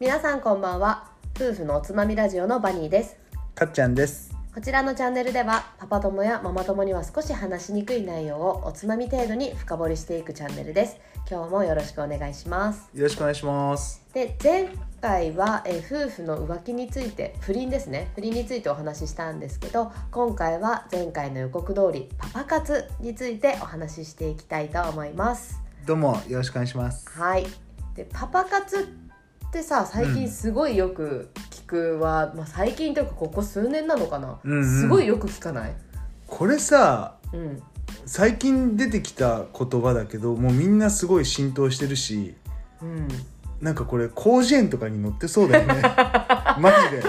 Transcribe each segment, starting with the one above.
皆さんこんばんは夫婦のおつまみラジオのバニーですかっちゃんですこちらのチャンネルではパパ友やママ友には少し話しにくい内容をおつまみ程度に深掘りしていくチャンネルです今日もよろしくお願いしますよろしくお願いしますで前回はえー夫婦の浮気について不倫ですね不倫についてお話ししたんですけど今回は前回の予告通りパパ活についてお話ししていきたいと思いますどうもよろしくお願いしますはいでパパ活ってさ最近すごいよく聞くは、まあ、最近というかここ数年なのかな、うんうんすごいよく聞かないこれさうん最近出てきた言葉だけどもうみんなすごい浸透してるしうんなんかこれ広辞苑とかに載ってそう だよねマジで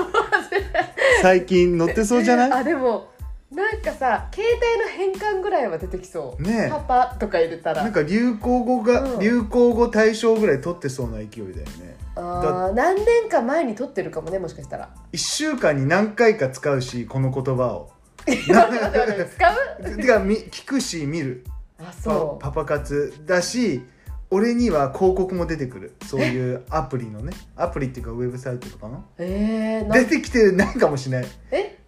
最近載ってそうじゃ ないあでもなんかさ携帯の変換ぐらいは出てきそうねえパパとか入れたらなんか流行語が、うん流行語大賞ぐらい取ってそうな勢いだよねあー何年か前に撮ってるかもねもしかした ら1週間に何回か使うしこの言葉 を待って待って待って使う てかみ聞くし見るあパそうパパ活だし俺には広告も出てくるそ ういうアプリのねアプリっていうかウェブサイトとかのえー、な出てきてないかもしれないえ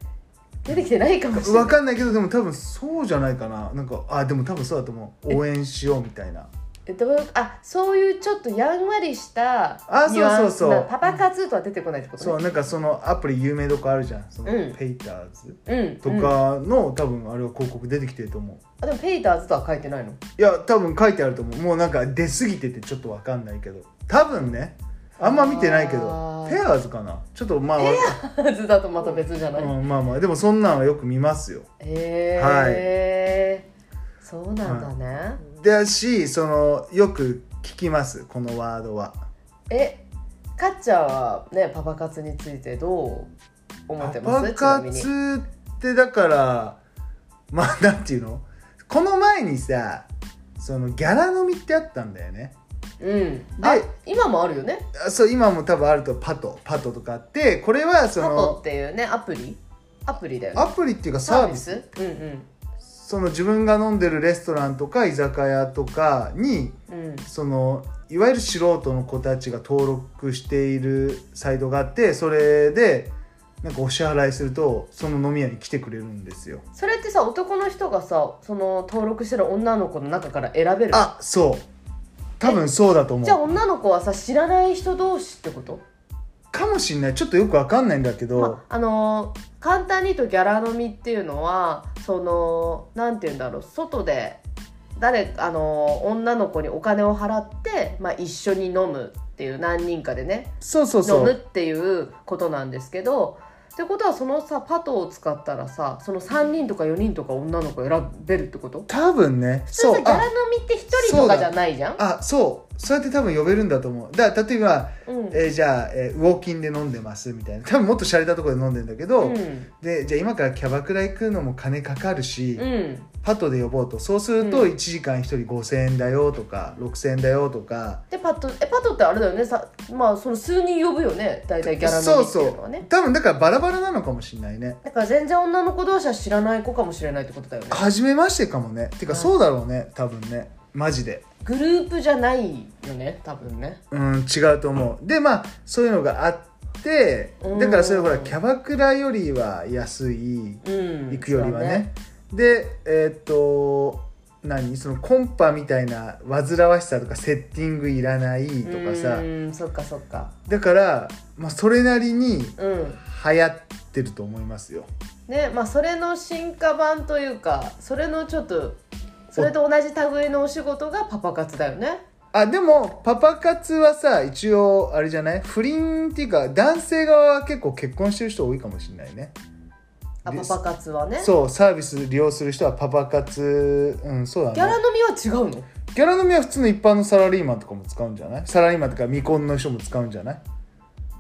出てきてないかもしれない分かんないけどでも多分そうじゃないかななんかあでも多分そうだと思う応援しようみたいなえどういうあそういうちょっとやんわりしたあそうそうニュアンスなそうパパ活とは出てこないってことそうねなんかそのアプリ有名どこあるじゃんそのうんペイターズうんとうんかの、多分あれは広告出てきてると思うあでもペイターズとは書いて ないのいや多分書いてあると思うもうなんか出過ぎててちょっと分かんないけど多分ねあんま見てないけどあーペアーズかなちょっとまあ図だとまた別じゃない、うん、まあまあでもそんなんはよく見ますよえーそうなんだね、だしそのよく聞きますこのワードはえかっちゃんはねパパ活についてどう思パってますちなパみに活ってだからまあなんていうのこの前にさそのギャラ飲みってあったんだよねうんあで今もあるよねあそう今も多分あるとパトパトとかあってこれはそパトっのていうねアプリアプリだよねアプリっていうかサービスうんその自分が飲んでるレストランとか居酒屋とかにうんうんそのいわゆる素人の子たちが登録しているサイトがあってそれでなんかお支払いするとその飲み屋に来てくれるんですよそれってさ男の人がさその登録してる女の子の中から選べるあそう多分そうだとじゃあ思う女の子はさ知らない人同士ってこと、かもしんないちょっとよくわかんないんだけど、まああのー簡単に言うとギャラ飲みっていうのはそのなんて言うんだろう外で誰あのー女の子にお金を払って、まあ、一緒に飲むっていう何人かでねそうそうそ飲むっうていうことなんですけどってことはそのさパトを使ったらさその3人とか4人とか女の子選べるってこと多分ね普通さそうギャラあ飲みって1人とかじゃないじゃんあそうそうやって多分呼べるんだと思うだから例えば、うんえーじゃあ、えーウォーキンで飲んでますみたいな多分もっと洒落たところで飲んでんだけうど、んでじゃあ今からキャバクラ行くのも金かかるし、うんパトで呼ぼうとそうするとうん1時間1人5000円だよとか6000円だよとかでパッとえパトってあれだよねさまあその数人呼ぶよね大体ギャラ飲そみうってそいうのはねう多分だからバラバラなのかもしれないねだから全然女の子同士は知らない子かもしれないってことだよね初めましてかもねてかうんそうだろうね多分ねマジでグループじゃないよね多分ねうん違うと思うでまあそういうのがあってうんだからそれほらキャバクラよりは安いうん行くよりはそうだねでえーっと何そのコンパみたいな煩わしさとかセッティングいらないとかさうんそっかそっかだから、まあ、それなりうにん流行ってると思いますよねまあそれの進化版というかそれのちょっとそれと同じ類のお仕事がパパ活だよねあでもパパ活はさ一応あれじゃない不倫っていうか男性側は結構結婚してる人多いかもしれないねあでパパ活はねそうサービス利用する人はパパ活うんそうだねギャラ飲みは違うのギャラ飲みは普通の一般のサラリーマンとかも使うんじゃないサラリーマンとか未婚の人も使うんじゃない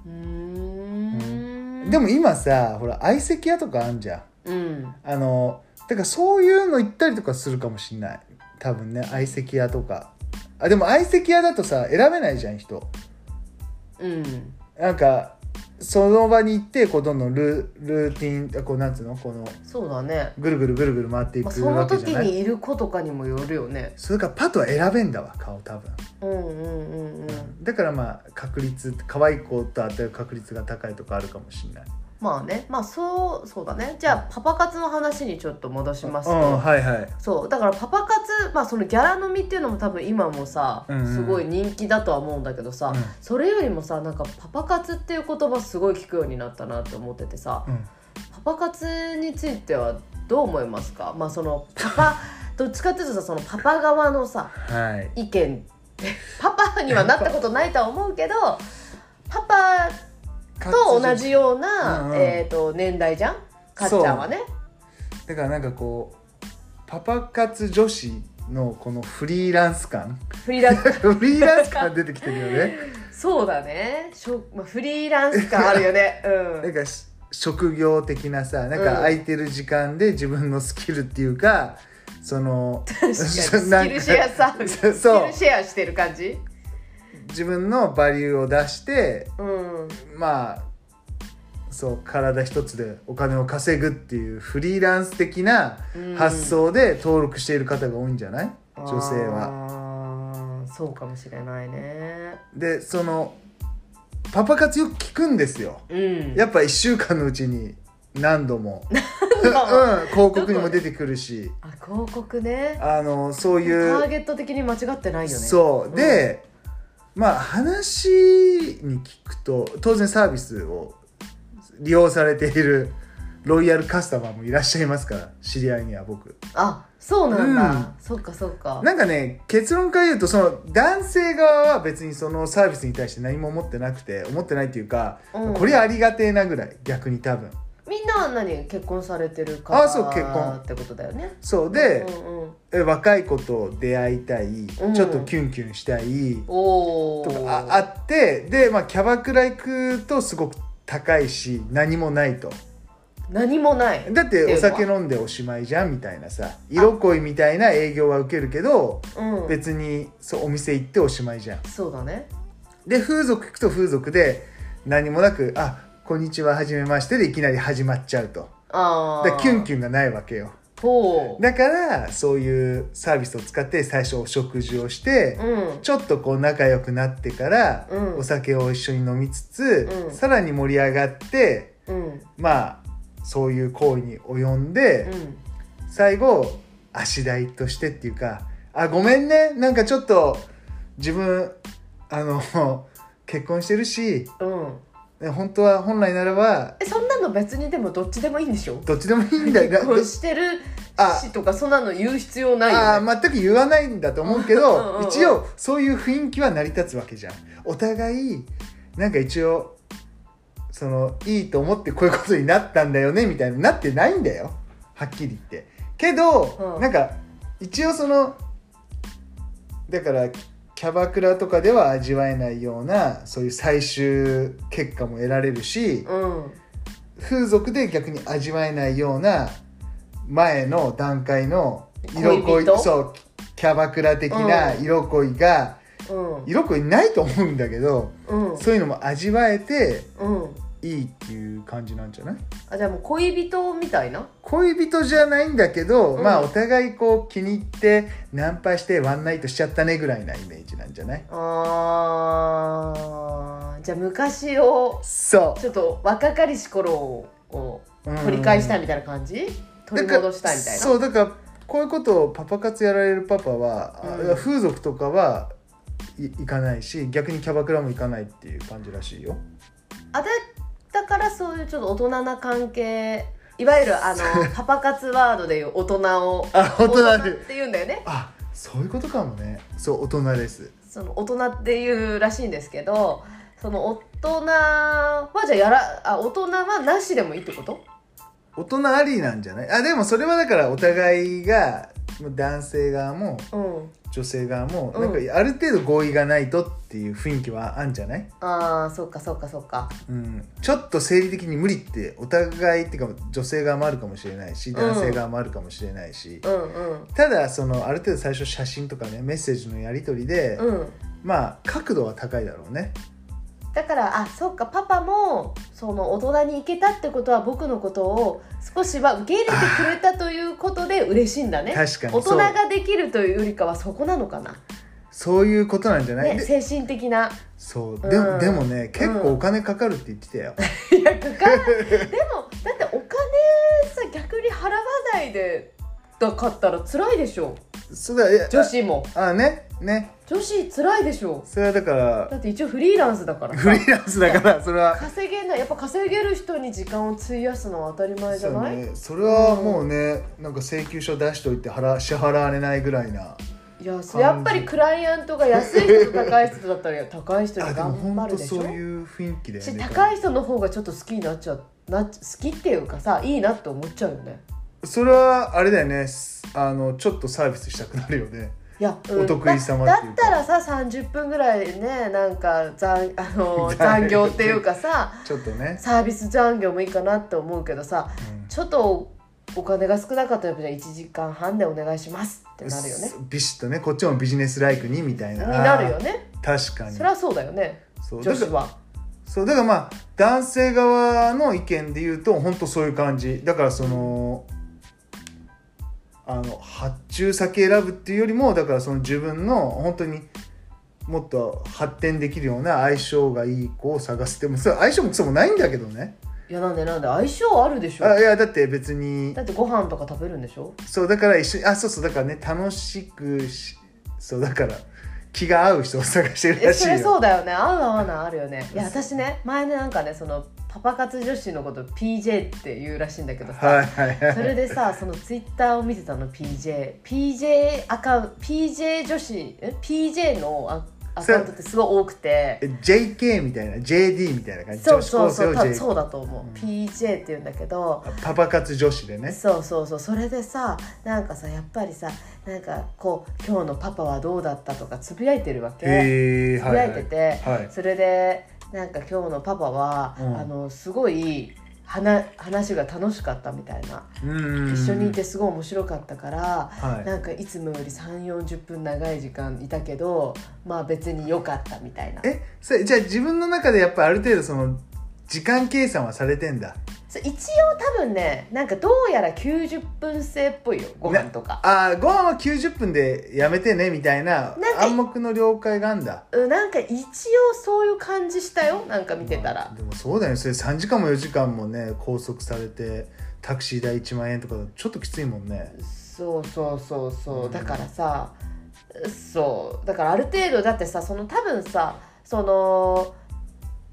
うーんでも今さほら相席屋とかあんじゃんうんあのだからそういうの行ったりとかするかもしんない多分ね相席屋とかあでも相席屋だとさ選べないじゃん人うんなんかその場に行ってこうどんどんルルーティンあこうなんつうのこのそうだね、ぐるぐるぐるぐる回っていまあ、くそわのけじ時ゃない、にいる子とかにもよるよねそれからパッとは選べんだわ顔多分、うんうんうんうんだからまあ確率可愛い子と当たる確率が高いとかあるかもしれないまあねまあそうそうだねじゃあパパ活の話にちょっと戻しますうと、んはいはいそうだからパパ活、まあ、そのギャラ飲みっていうのも多分今もさ、うんうんすごい人気だとは思うんだけどさ、うんそれよりもさなんかパパ活っていう言葉すごい聞くようになったなって思っててさうんパパ活についてはどう思いますか、まあ、そのパ パどっちかっていうとさそのパパ側のさはい意見 ってパパにはなったことないとは思うけどパパと同じような、うんうんえー、と年代じゃんかっちゃんはね。だからなんかこうパパ活女子のこのフリーランス感 フリーランスフリーランス感出てきてるよね そうだねしょ、まあ、フリーランス感あるよ ね、うなんん、かし職業的なさなんうんか空いてる時間で自分のスキルっていうかその確かにスキルシェアさ なんかスキルシそうェアしてる感じ自分のバリューを出してうんまあそう体一つでお金を稼ぐっていうフリーランス的なうん発想で登録している方が多いんじゃない、女性は。はそうかもしれないねでそのパパ活よく聞くんですよ。うんやっぱ1週間のうちに何度も度も うん、広告にも出てくるしあ広告ねあのそうタいうーゲット的に間違ってないよねそううんで、まあ話に聞くと当然サービスを利用されている ロイヤルカスタマーもいらっしゃいますから知り合いには僕あそうなんだ、うんそっかそっかなんかね結論から言うとその男性側は別にそのサービスに対して何も思ってなくて思ってないっていうか、うんこれありがてえなぐらい逆に多分みんなは何結婚されてるあそう結方婚ってことだよねそうで、うんうん、え若い子と出会いたい、んちょっとキュンキュンしたい、おおとかああってで、まあ、キャバクラ行くとすごく高いし何もないと何もないだってっていおうのは酒飲んでおしまいじゃんみたいなさ色恋みたいな営業は受けるけどうん別にそうお店行っておしまいじゃんそうだねで風俗行くと風俗で何もなく「あこんにちははじめまして」でいきなり始まっちゃうとあだあからキュンキュンがないわけよほうだからそういうサービスを使って最初お食事をして、うんちょっとこう仲良くなってから、うんお酒を一緒に飲みつつ、うんさらに盛り上がってうんまあそういう行為に及んで、うん最後足代としてっていうか「あごめんねなんかちょっと自分あの 結婚してるしうんね本当は本来ならばえそんなの別にでもどっちでもいいんでしょどっちでもいいんだ よ結婚してるあしとかそんなの言う必要ないあよ、ね、ー全く言わないんだと思うけうんうんうんど一応そういう雰囲気は成り立つわけじゃんお互いなんか一応そのいいと思ってこういうことになったんだよねみたいになってないんだよはっきり言ってけど、うんなんか一応そのだからキキャバクラとかでは味わえないようなそういう最終結果も得られるし、うん風俗で逆に味わえないような前の段階の色恋恋人そうキャバクラ的なうん色恋が、うん色恋ないと思うんだけど、うんそういうのも味わえてうんいいっていう感じなんじゃないあじゃあもう恋人みたいな恋人じゃないんだけど、うんまあお互いこう気に入ってナンパしてワンナイトしちゃったねぐらいなイメージなんじゃないあーじゃあ昔をそちょっと若かりし頃ををう取り返したいいみたいな感じ取り戻したいみたいなそうだからこういうことをパパ活やられるパパは、あうん風俗とかはい行かないし逆にキャバクラも行かないっていう感じらしいよあだだからそういうちょっと大人な関係いわゆるあのパパ活ワードでいう 大人をあ 大人でって言うんだよねあそういうことかもねそう大人ですその大人っていうらしいんですけどその大人はじゃあやらあ大人はなしでもいいってこと大人ありなんじゃないあでもそれはだからお互いがもう男性側もうん女性側も、うんなんかある程度合意がないとっていう雰囲気はあんじゃない、ああそっかそっかそっかうん、ちょっと生理的に無理ってお互いっていうか女性側もあるかもしれないし男性側もあるかもしれないし、うんうんただそのある程度最初写真とかねメッセージのやり取りで、うんまあ角度は高いだろうねだからあそっかパパもその大人に行けたってことは僕のことを少しは受け入れてくれたということで嬉しいんだね確かに大人そうができるというよりかはそこなのかな、そういうことなんじゃない、ね、で精神的なそうで,、うんでもね結構お金かかるって言ってたよ、いやかかんでもだってお金さ逆に払わないでだかったら辛いでしょそうだいや女子もああねね女子辛いでしょそれはだからだって一応フリーランスだからフさリーランスだからそれは稼げないやっぱ稼げる人に時間を費やすのは当たり前じそゃうない、ね、それはもうね、なんか請求書出しといて払支払われないぐらいないやそうやっぱりクライアントが安い人と高い人だったら高い人あにでも頑張本る当でしょそういう雰囲気だよしね高い人の方がちょっと好きになっちゃうな好きっていうかさいいなって思っちゃうよねそれはあれだよねすあのちょっとサービスしたくなるよねいや、お得意様っていうだかだったらさ30分ぐらいねなんか残あ の残残業っていうかさちょっとね、サービス残業もいいかなって思うけどさちょっとお金が少なかったらじゃあ1時間半でお願いしますってうなるよねすビシッとねこっちもビジネスライクにみたいにななるよね確かにそりゃそうだよねそう女だ子からはそうだからまあ男性側の意見で言うと本当そういう感じだからそのあの発注先選ぶっていうよりもだからその自分の本当にもっと発展できるような相性がいい子を探すってもうそれ相性もクソもないんだけどねいやなんでなんで相性あるでしょあいやだって別にだってご飯とか食べるんでしょそうだから一緒にあそうそうだからね楽しくしそうだから気が合う人を探してるえらしそいよれそうだよね合う合わないあるよねいや私ね前ねなんかねそのパパ活女子のこと PJ って言うらしいんだけどさ、はいはいはいそれでさそのツイッターを見てたの PJ PJ アカウント PJ 女子え PJ のアアカウントってすごい多くてえ JK みたいな JD みたいな感じそうそうそう女子多高分生を JK そうだと思う、PJ って言うんだけどパパ活女子でねそうそうそうそれでさなんかさやっぱりさなんかこう「今日のパパはどうだった?」とかつぶやいてるわけ。へえつぶやいてて、はいそれでなんか今日のパパは、うんあのすごい話話が楽しかったみたいな、一緒にいて、すごい面白かったから、はいなんかいつもより3 4 0分長い時間いたけどまあ別に良かったみたいなえそれじゃあ自分の中でやっぱある程度その時間計算はされてんだそう一応多分ねなんかどうやら90分制っぽいよご飯とか。あーご飯は90分でやめてねみたいななんか暗黙の了解があんだうんなんか一応そういう感じしたよなんか見てたら、まあでもそうだよねそれ3時間も4時間もね拘束されてタクシー代1万円とかちょっときついもんねそうそうそうそう、うんだからさそうだからある程度だってさその多分さその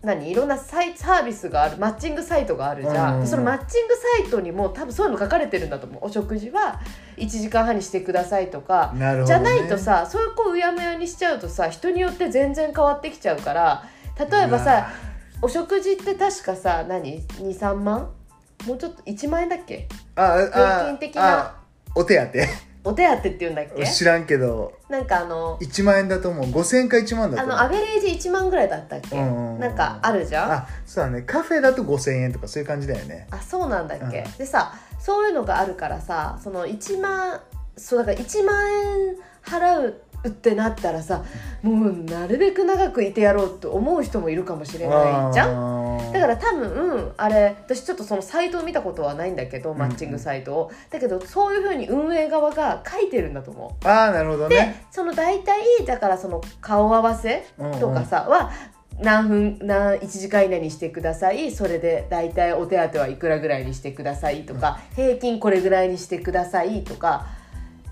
何いろんなサイサービスがあるマッチングサイトがあるじゃん、うんそのマッチングサイトにも多分そういうの書かれてるんだと思うお食事は1時間半にしてくださいとか、なるほど、ね、じゃないとさそういう子うやむやにしちゃうとさ人によって全然変わってきちゃうから例えばうわさお食事って確かさ何23万もうちょっと1万円だっけああ平均的なあお手当お手当てって言うんだっけて知らんけどなんかあの1万円だと思う5000か1万だあと思うのアベレージ1万ぐらいだったっけ、うんうんうんなんかあるじゃんああそうだねカフェだと5000円とかそういう感じだよねそうなんだっけ、うんでさそういうのがあるからさその1万そうだから1万円払うってなったらさもうなるべく長くいてやろうと思う人もいるかもしれないじゃんんだから多分、うんあれ私ちょっとそのサイトを見たことはないんだけどマッチングサイトを、だけどそういうふうに運営側が書いてるんだと思うああなるほどねその大体だからその顔合わせうんうんとかさは何分何1時間以内にしてくださいそれで大体お手当はいくらぐらいにしてくださいとか、平均これぐらいにしてくださいとか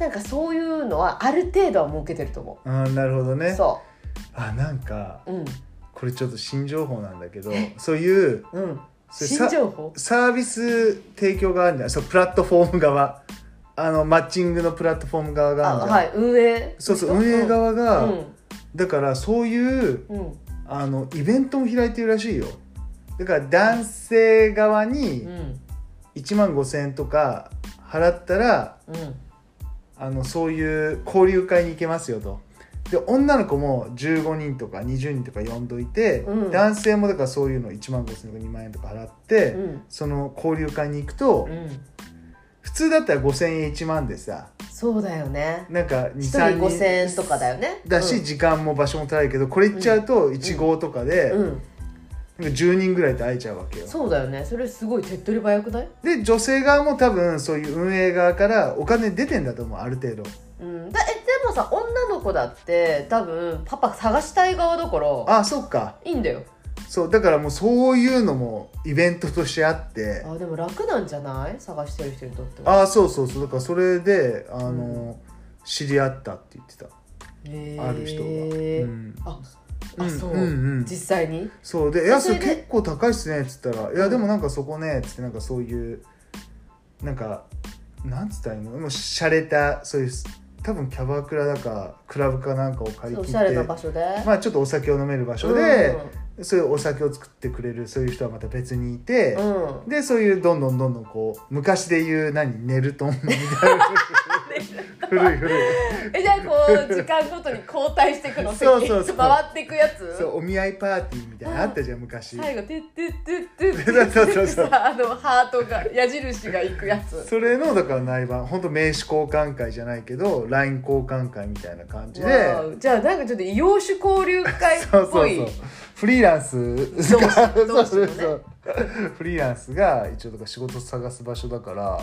なんかそういうのはある程度は設けてると思あーなるほどう、ねそあなんかううんこれちょっと新情報なんだけどそういううんそれ新さ情報サービス提供側あるんじゃないそうプラットフォーム側あのマッチングのプラットフォーム側がああるじゃん、はい運営そうそう運営側が、うんだからそういううんあのイベントも開いてるらしいよだから男性側にうん1万5000円とか払ったらうんあのそういう交流会に行けますよと。で女の子も15人とか20人とか呼んどいて、うん男性もだからそういうの1万5,000円とか2万円とか払って、うんその交流会に行くうと、ん普通だったら5,000円1万でさそうだよねなんか一人23 5,000円とかだよねだし、うん時間も場所も取られるけどこれ行っちゃうと1号とかで、うんなんか10人ぐらいと会えちゃうわけよそうだよねそれすごい手っ取り早くない、で女性側も多分そういう運営側からお金出てんだと思うある程度うん、だえでもさ女の子だって多分パパ探したい側だからあそっかいいんだよそうだからもうそういうのもイベントとしてあってあでも楽なんじゃない探してる人にとってはああそうそうそうだからそれであの、知り合ったって言ってたへーある人が、うん、あうあんそう、うんうん実際にそうで「いやそそれれで結構高いっすね」っつったら「いやうんでもなんかそこね」っつってなんかそういうなんかなんつったらいいのもう洒落たそういう多分キャバクラだかクラブかなんかを借りお切しゃれなって場所で、まあちょっとお酒を飲める場所で、そういうお酒を作ってくれるそういう人はまた別にいてう、ん、うんでそういうどんどんどんどんこう昔で言う何寝るとんみたい な古い古いえじゃあこう時間ごとに交代していくのそうそうそう席回っていくやつそうお見合いパーティーみたいなのあったじゃん昔最後てってってってってそうそうそうそうさあのハートが矢印がいくやつそれのだから内番本当名刺交換会じゃないけど LINE 交換会みたいな感じわであじゃあなんかちょっと異業種交流会っそうぽそういそうフリーランスが同士そ同う士そのうフリーランスが一応だから仕事探す場所だから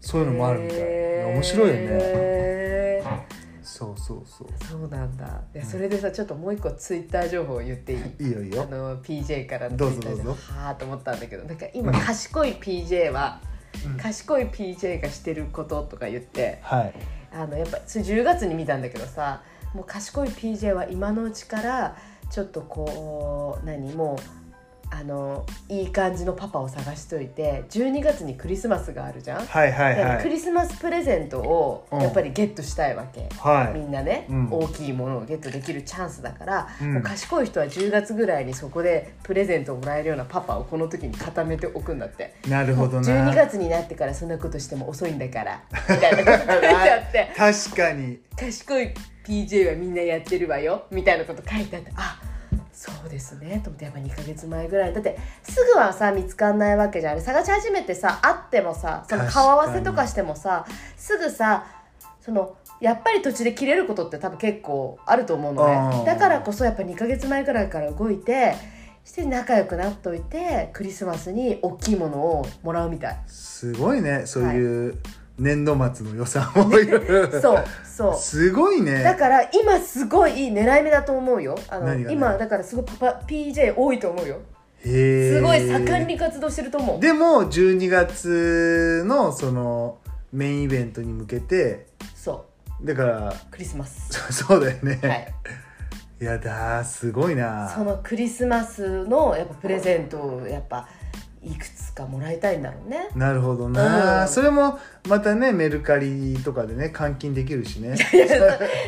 そういうのもあるみたいへー面白いよねそうそうそうそうなんだいやそれでさちょっともう一個ツイッター情報を言っていいいいよいいあよの PJ からのどうぞ Twitter でどうぞはあと思ったんだけどなんか今賢い PJ は、うん賢い PJ がしてることとか言ってはいあのやっぱそれ10月に見たんだけどさもう賢い PJ は今のうちからちょっとこう何もうあのいい感じのパパを探しといて12月にクリスマスがあるじゃん、はいはいだからはクいリスマスプレゼントをやっぱりゲットしたいわけ、みはんなね、うん大きいものをゲットできるチャンスだから、うんもう賢い人は10月ぐらいにそこでプレゼントをもらえるようなパパをこの時に固めておくんだって。いなるほどな12月になってからそんなことしても遅いんだからみたいなこと書いてあって確かに賢い PJ はみんなやってるわよみたいなこと書いてあってあそうですねと思ってやっぱ2ヶ月前ぐらいだってすぐはさ見つかんないわけじゃんあれ探し始めてさ会ってもさその顔合わせとかしてもさすぐさそのやっぱり途中で切れることって多分結構あると思うのうねんだからこそやっぱ2ヶ月前ぐらいから動いてして仲良くなっといてクリスマスに大きいものをもらうみた いすごいねそういう年度末の予算をいろいろそうそうすごいねだから今すごいいい狙い目だと思うよあの何がね今だからすごいパパ PJ 多いと思うよへーすごい盛んに活動してると思う、でも12月のそのメインイベントに向けてそだから うクリスマスそそうだよね、はいい、やだーすごいなそのクリスマスのやっぱプレゼントをやっぱいくつかもらいたいんだろうねなるほどな、うんそれもまたねメルカリとかでね換金できるしねいや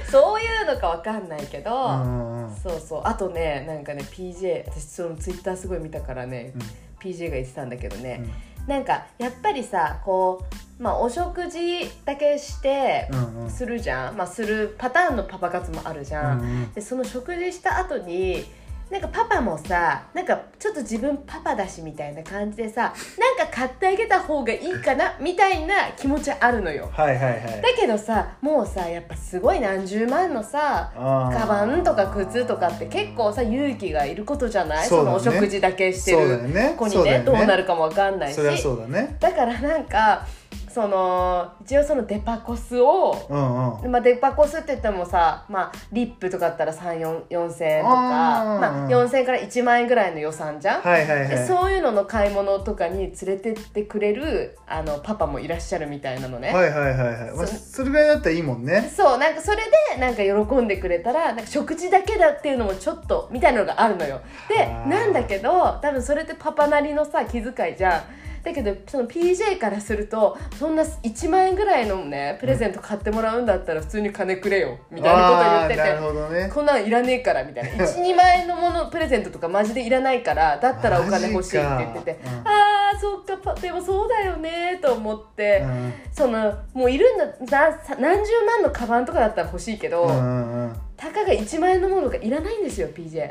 そそういうのかわかんないけど、 うんうんそうそうあとねなんかね PJ 私そのツイッターすごい見たからね、うん PJ が言ってたんだけどね、うんなんかやっぱりさこう、まあ、お食事だけしてうんうんするじゃん、まあ、するパターンのパパ活もあるじゃん、うんでその食事した後になんかパパもさなんかちょっと自分パパだしみたいな感じでさなんか買ってあげた方がいいかなみたいな気持ちはあるのよはいはいはいだけどさもうさやっぱすごい何十万のさあーカバンとか靴とかって結構さ勇気がいることじゃないそ,、そうだのねお食事だけしてそうだよるね子にそうだよねねどうなるかもわかんないしそりゃそうだねだからなんかその一応そのデパコスを、うんうんまあ、デパコスって言ってもさ、まあ、リップとかだったら3 4 4千円とかあーまあ、4千円から1万円ぐらいの予算じゃん、はいはいではいそういうのの買い物とかに連れてってくれるあのパパもいらっしゃるみたいなのね、はいはいはいはい、まあ、それぐらいだったらいいもんねそうなんかそれでなんか喜んでくれたらなんか食事だけだっていうのもちょっとみたいなのがあるのよではあなんだけど多分それってパパなりのさ気遣いじゃんだけどその PJ からするとそんな1万円ぐらいのねプレゼント買ってもらうんだったら普通に金くれよみたいなこと言ってあーなるて。ほどねこんなんいらねえからみた いな12万円のものプレゼントとかマジでいらないからだったらお金欲しいって言ってて、マジかうんああそっかパでもそうだよねと思って、うんそのもういるんだなさ何十万のカバンとかだったら欲しいけど、うんうんうんたかが1万円のものがいらないんですよ PJ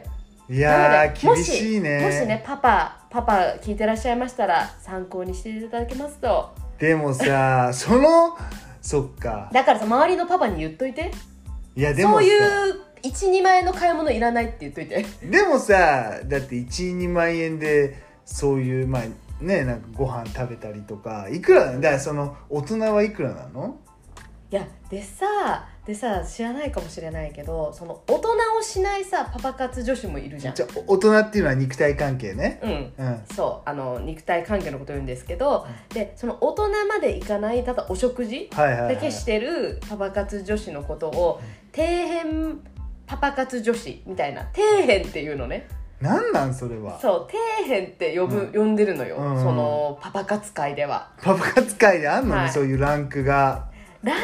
ないやのでー厳しいねもしもしねパパパパ聞いてらっしゃいましたら参考にしていただけますとでもさそのそっかだからさ周りのパパに言っといていやでもそうさいう12万円の買い物いらないって言っといてでもさだって12万円でそういうまあねなんかご飯食べたりとかいくらなのだからその大人はいくらなのいやでさでさ知らないかもしれないけどその大人をしないさパパ活女子もいるじゃんじゃあ大人っていうのは肉体関係ねうんうんそうあの肉体関係のこと言うんですけどでその大人までいかないただお食事はいはい、はい、だけしてるパパ活女子のことを底辺パパ活女子みたいな底辺っていうのねなんなんそれはそう底辺って呼ぶ、うん呼んでるのよ、うんそのパパ活界ではパパ活界であんのね、はいそういうランクがでも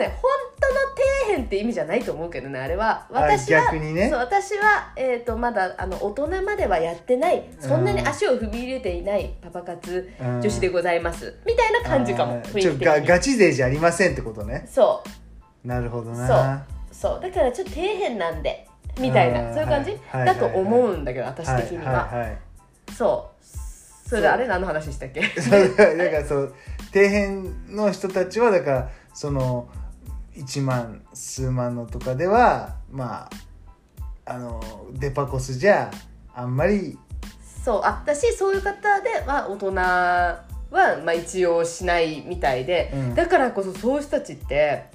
ね本当の底辺って意味じゃないと思うけどねあれはあ私は逆にねそう私は、えー、とまだあの大人まではやってないそんなに足を踏み入れていないパパ活女女子でございますみたいな感じかも雰囲ち気ょ的ガにガチ勢じゃありませんってことねそうなるほどなそうだからちょっと底辺なんでみたいあなーそういう感じ、はいだと思はうんだけど私的には、はいはいはい そうそれでそうあれ何の話したっけそうだからそう底辺の人たちはだからその1万数万のとかではまああのデパコスじゃあんまりそうあ私そういう方では大人は、まあ、一応しないみたいで、うんだからこそそういう人たちって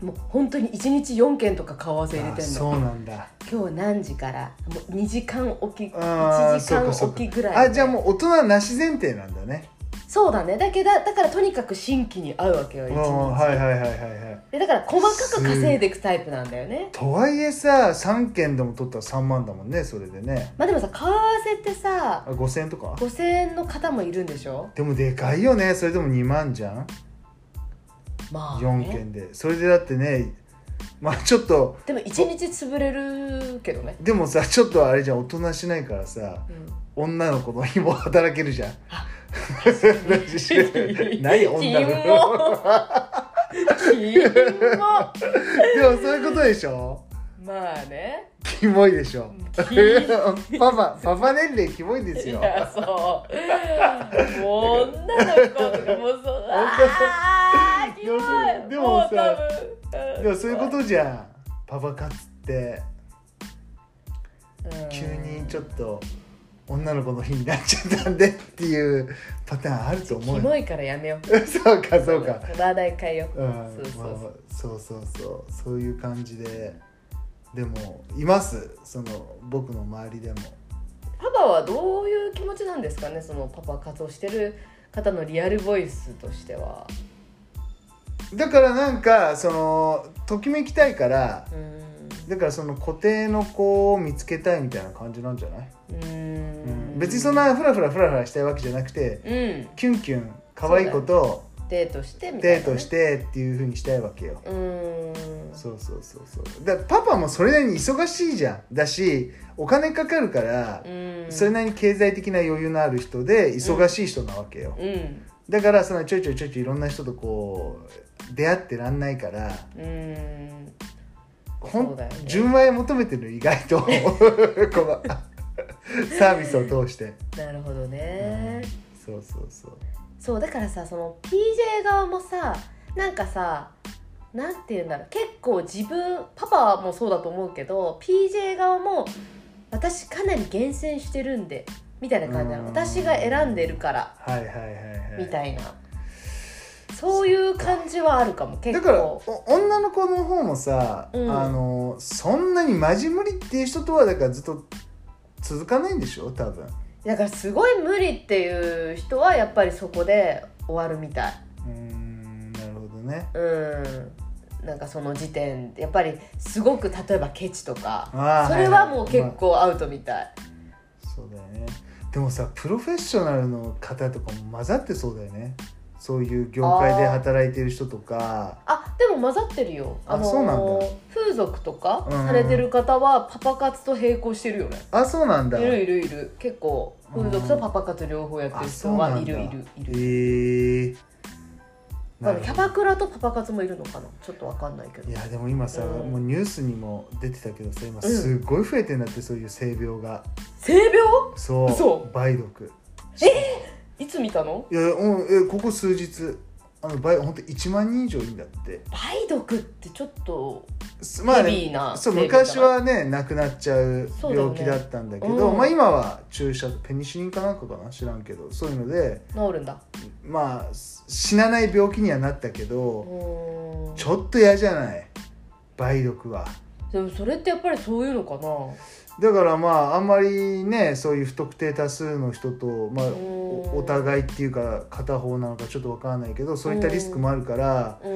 もう本当に1日4件とか顔合わせ入れあてんそのうなんだ今日何時からもう2時間おきあー1時そう間かそうおかきぐらいあじゃあもう大人なし前提なんだねそうだねだけどだからとにかく新規に会うわけよう一ん日、はいはいはいはいはいでだから細かく稼いでいくタイプなんだよねとはいえさ3件でも取ったら3万だもんねそれでねまあでもさ顔合わせってさあ5000円とか5000円の方もいるんでしょでもでかいよねそれでも2万じゃんまあ、ね、 4件でそれでだってねまあちょっとでも1日潰れるけどね、でもさちょっとあれじゃん大人しないからさ うん、女の子の日も働けるじゃんあキ 何女の子モ キモでもそういうことでしょまあねキモいでしょキモい パパパパ年齢キモいですいよやそうもう女の子とかもうそうあーキモいでもさう多分んでもそういうことじゃんパパ活ってうん急にちょっと女の子の日になっちゃったんでっていうパターンあると思キうモよいからやめよう そうかそうか話題変えよううんそうそうそうまあまあそうそうそうそういう感じででもいますその僕の周りでもパパはどういう気持ちなんですかねそのパパ活動してる方のリアルボイスとしてはだからなんかそのときめきたいからうーんだからその固定の子を見つけたいみたいな感じなんじゃない、うーん別にそんなフラフラフラフラしたいわけじゃなくてうんキュンキュン可愛い子とデートしてみたいな、デね、ートしてっていうふうにしたいわけようーんそうそうそうそうだパパもそれなりに忙しいじゃんだしお金かかるからう、ーんそれなりに経済的な余裕のある人で忙しい人なわけよ、うんだからそのちょいちょいちょいちょいいろんな人とこう出会ってらんないからうーんほ、そうんだよね純愛求めてるの意外 とこのサービスを通してなるほどね、そうそうそうそうだからさその PJ 側もさなんかさなんて言うんだろう結構自分パパもそうだと思うけど PJ 側も私かなり厳選してるんでみたいな感じなうのん私が選んでるからはいはいはいはいみたいなそういう感じはあるかも結だから構お女の子の方もさ、うんあのそんなにマジ無理っていう人とはだからずっと続かないんでしょ多分、だからすごい無理っていう人はやっぱりそこで終わるみたいうーんなるほどねうんなんかその時点やっぱりすごく例えばケチとかあーそれはもういい結構アウトみたいまあそうだよねでもさプロフェッショナルの方とかも混ざってそうだよねそういう業界で働いてる人とかあでも混ざってるよああのーそうなんだ風俗とかうんされてる方はパパ活と並行してるよね、あそうなんだいるいるいる結構風俗とパパ活両方やってる人あそうなはんいだるいるいえるー、まなあるキャほどバクラとパパ活もいるのかなちょっとわかんないけどいやでも今さ、うんもうニュースにも出てたけどさ今んすっごい増えてんだって、そういう性病が性病そう嘘梅毒いつ見たのいやうんえここ数日あの倍本当1万人以上いいんだって梅毒ってちょっとすまあヘビーなね、そう成分だな昔はねなくなっちゃうそうだよ病ね気だったんだけうどんまあ、今は注射ペニシリンかなんかかな知らんけどそういうので治るんだまあす死なない病気にはなったけうどーんちょっと嫌じゃない梅毒はでもそれってやっぱりそういうのかなだからまああんまりねそういう不特定多数の人と、まあ、うんおお互いっていうか片方なのかちょっとわからないけどそういったリスクもあるから、うん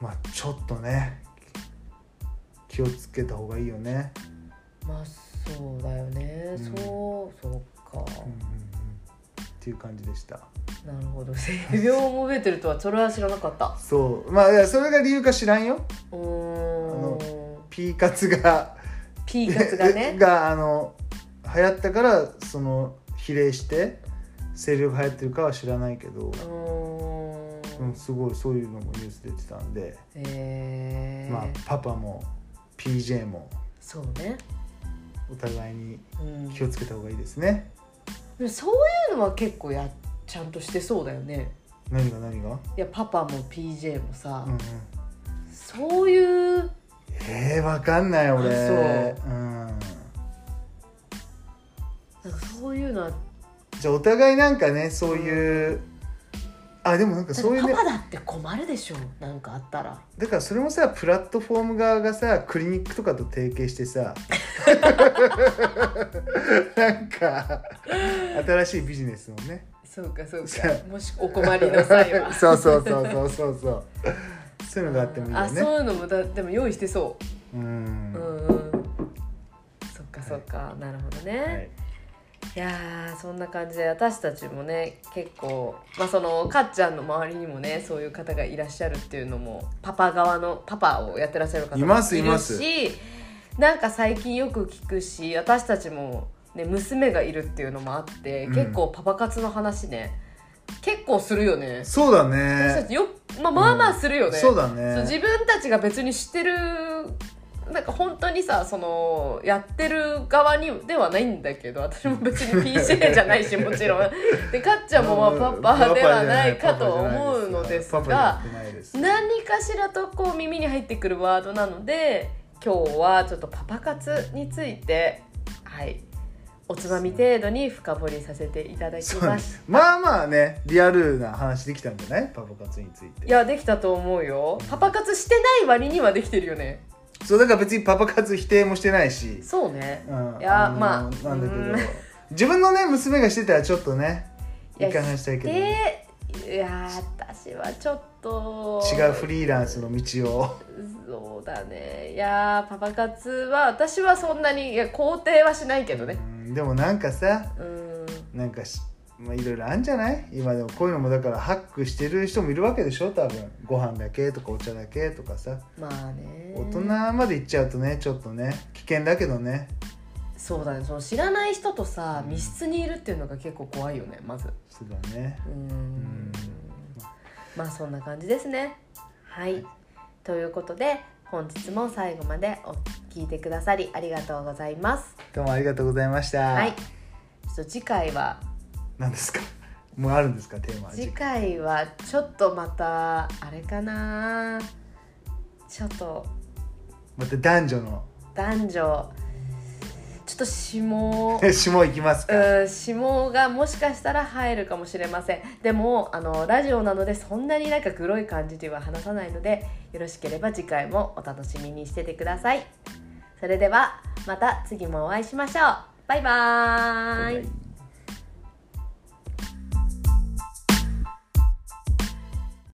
まあちょっとね気をつけた方がいいよね。まあそうだよね、うんそうそうか、うんうんうんっていう感じでしたなるほど性病も増えてるとはそれは知らなかったそうまあいやそれが理由か知らんようーんあ P 活がピーカツが ね があの流行ったからその比例して性病が流行ってるかは知らないけど、うーうんん、すごいそういうのもニュース出てたんで、えーまあパパも PJ もそうね、お互いにうん、気をつけた方がいいですね、でもそういうのは結構やちゃんとしてそうだよね何が何が、いやパパも PJ もさ、うんうん、そういうえー、わかんないあ俺うんなんかそういうのはじゃあお互いなんかねそういう、あでもなんかそういうねだってパパだって困るでしょなんかあったらだからそれもさプラットフォーム側がさクリニックとかと提携して さなんか新しいビジネスもねそうかそうそかもしお困りの際は そうそうそうそうそうそうそういうのがあってもいいよあねそういうのもだでも用意してそうう、ん、うはんうん、そっかそっか、なるほどね、い、いやーそんな感じで私たちもね結構、まあ、そのかっちゃんの周りにもねそういう方がいらっしゃるっていうのもパパ側のパパをやってらっしゃる方もいますいいるましなんか最近よく聞くし私たちも、ね、娘がいるっていうのもあって、うん結構パパ活の話ね結構するよね。そうだ私たねちよまあ、まあまあするよね、そうだそうね自分たちが別にしてるなんか本当にさそのやってる側にではないんだけど私も別に PJ じゃ ないしもちろんでかっちゃんもまあパパではないかと思うのですパパじゃがないですパパじゃないで何すかしらとこう耳に入ってくるワードなので今日はちょっとパパ活についてはいおつまみ程度に深掘りさせていただきそうまねした。まあまあねリアルな話できたんじゃないパパ活についていやできたと思うよパパ活してない割にはできてるよねそうだから別にパパ活否定もしてないし、そうねうん、いやのまあなんだけうんど自分のね娘がしてたらちょっとねいやいかないしたいけど、ね、でいやー私はちょっと違うフリーランスの道をそうだねいやーパパ活は私はそんなにいや肯定はしないけどねうんでもなんかさうんなんかしまあいろいろあんじゃない今でもこういうのもだからハックしてる人もいるわけでしょ多分ご飯だけとかお茶だけとかさまあね大人まで行っちゃうとねちょっとね危険だけどねそうだねその知らない人とさ密室にいるっていうのが結構怖いよねまずそうだねうんんまあそんな感じですねはい、ということで本日も最後までお聞いてくださりありがとうございますどうもありがとうございましたはいちょっと次回は何ですかもうあるんですかテーマ次回はちょっとまたあれかなちょっとまた男女の男女ちょっと下下行きますか、うん下がもしかしたら入るかもしれませんでもあのラジオなのでそんなになんかグロい感じでは話さないのでよろしければ次回もお楽しみにしててくださいそれではまた次もお会いしましょうバイバーイはい